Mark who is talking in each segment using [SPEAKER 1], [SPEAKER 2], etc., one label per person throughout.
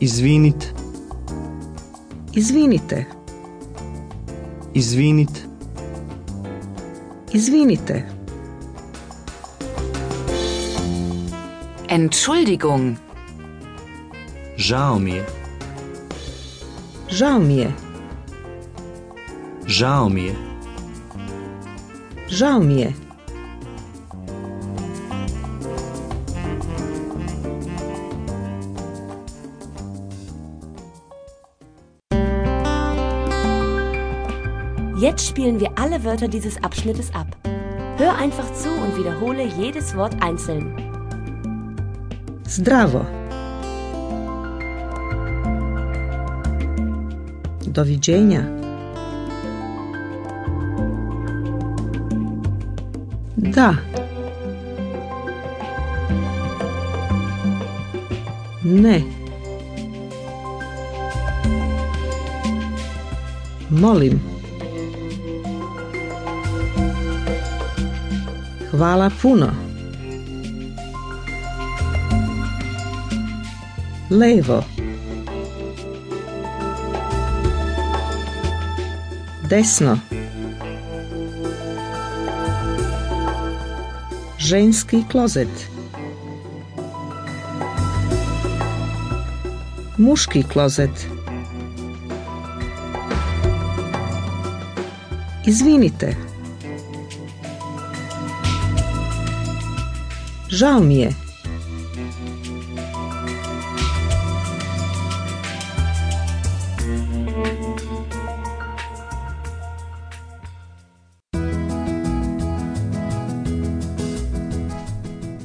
[SPEAKER 1] izvinit,
[SPEAKER 2] Izvinite,
[SPEAKER 1] izvinit,
[SPEAKER 2] izvinite.
[SPEAKER 3] Entschuldigung,
[SPEAKER 1] žao mi je,
[SPEAKER 2] Žao mi je,
[SPEAKER 1] žao mi je,
[SPEAKER 2] žao mi je.
[SPEAKER 4] Jetzt spielen wir alle Wörter dieses Abschnittes ab. Hör einfach zu und wiederhole jedes Wort einzeln.
[SPEAKER 2] Zdravo. Doviđenja. Da. Ne. Molim. Hvala puno. Levo. Desno. Ženski klozet. Muški klozet. Izvinite. Žao mi je.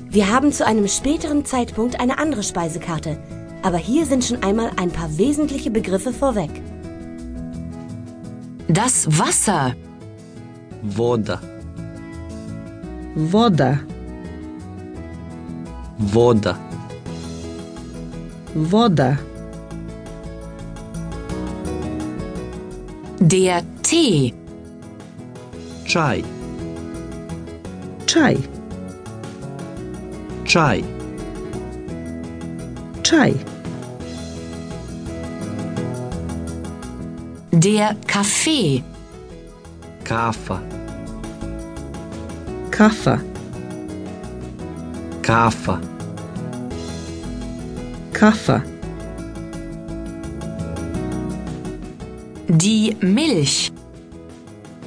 [SPEAKER 4] Wir haben zu einem späteren Zeitpunkt eine andere Speisekarte, aber hier sind schon einmal ein paar wesentliche Begriffe vorweg.
[SPEAKER 3] das Wasser,
[SPEAKER 1] voda,
[SPEAKER 2] Voda.
[SPEAKER 1] voda,
[SPEAKER 2] Voda.
[SPEAKER 3] der Tee,
[SPEAKER 1] čaj,
[SPEAKER 2] Čaj.
[SPEAKER 1] čaj,
[SPEAKER 2] Čaj.
[SPEAKER 3] der Kaffee,
[SPEAKER 1] kafa,
[SPEAKER 2] Kafa.
[SPEAKER 1] kafa,
[SPEAKER 2] Kafa.
[SPEAKER 3] die Milch,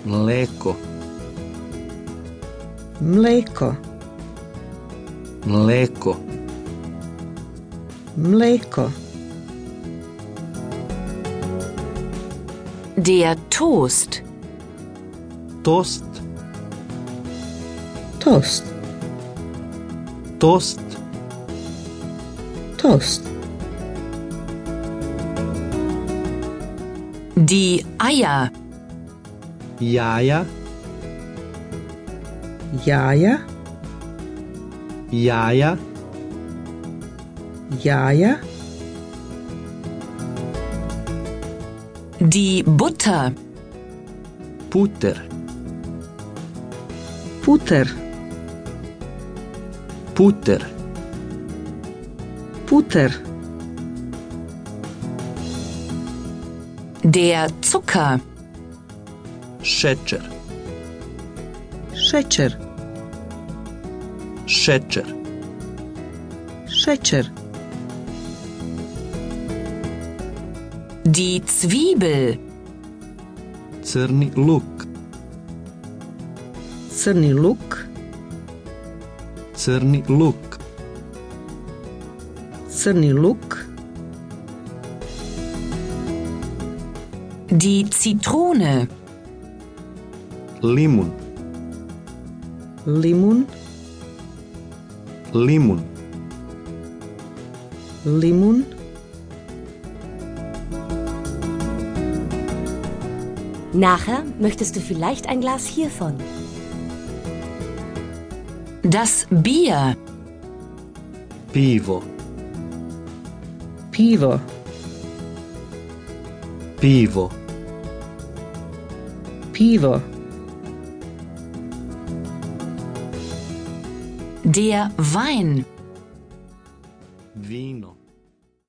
[SPEAKER 1] mleko,
[SPEAKER 2] Mleko.
[SPEAKER 1] mleko,
[SPEAKER 2] Mleko.
[SPEAKER 3] der Toast,
[SPEAKER 1] tost,
[SPEAKER 2] Tost.
[SPEAKER 1] tost,
[SPEAKER 2] Tost.
[SPEAKER 3] die Eier,
[SPEAKER 1] jaja,
[SPEAKER 2] Jaja.
[SPEAKER 1] jaja,
[SPEAKER 2] Jaja.
[SPEAKER 3] die Butter,
[SPEAKER 1] puter,
[SPEAKER 2] Puter.
[SPEAKER 1] puter,
[SPEAKER 2] Puter.
[SPEAKER 3] der Zucker,
[SPEAKER 1] šećer,
[SPEAKER 2] Šećer.
[SPEAKER 1] šećer,
[SPEAKER 2] Šećer.
[SPEAKER 3] die Zwiebel,
[SPEAKER 1] crni luk,
[SPEAKER 2] Crni luk.
[SPEAKER 1] crni luk,
[SPEAKER 2] Crni luk.
[SPEAKER 3] die Zitrone,
[SPEAKER 1] limun,
[SPEAKER 2] Limun.
[SPEAKER 1] limun,
[SPEAKER 2] Limun.
[SPEAKER 4] Nachher möchtest du vielleicht ein Glas hiervon.
[SPEAKER 3] das Bier,
[SPEAKER 1] pivo,
[SPEAKER 2] Pivo.
[SPEAKER 1] pivo,
[SPEAKER 2] Pivo.
[SPEAKER 3] der Wein.
[SPEAKER 1] vino.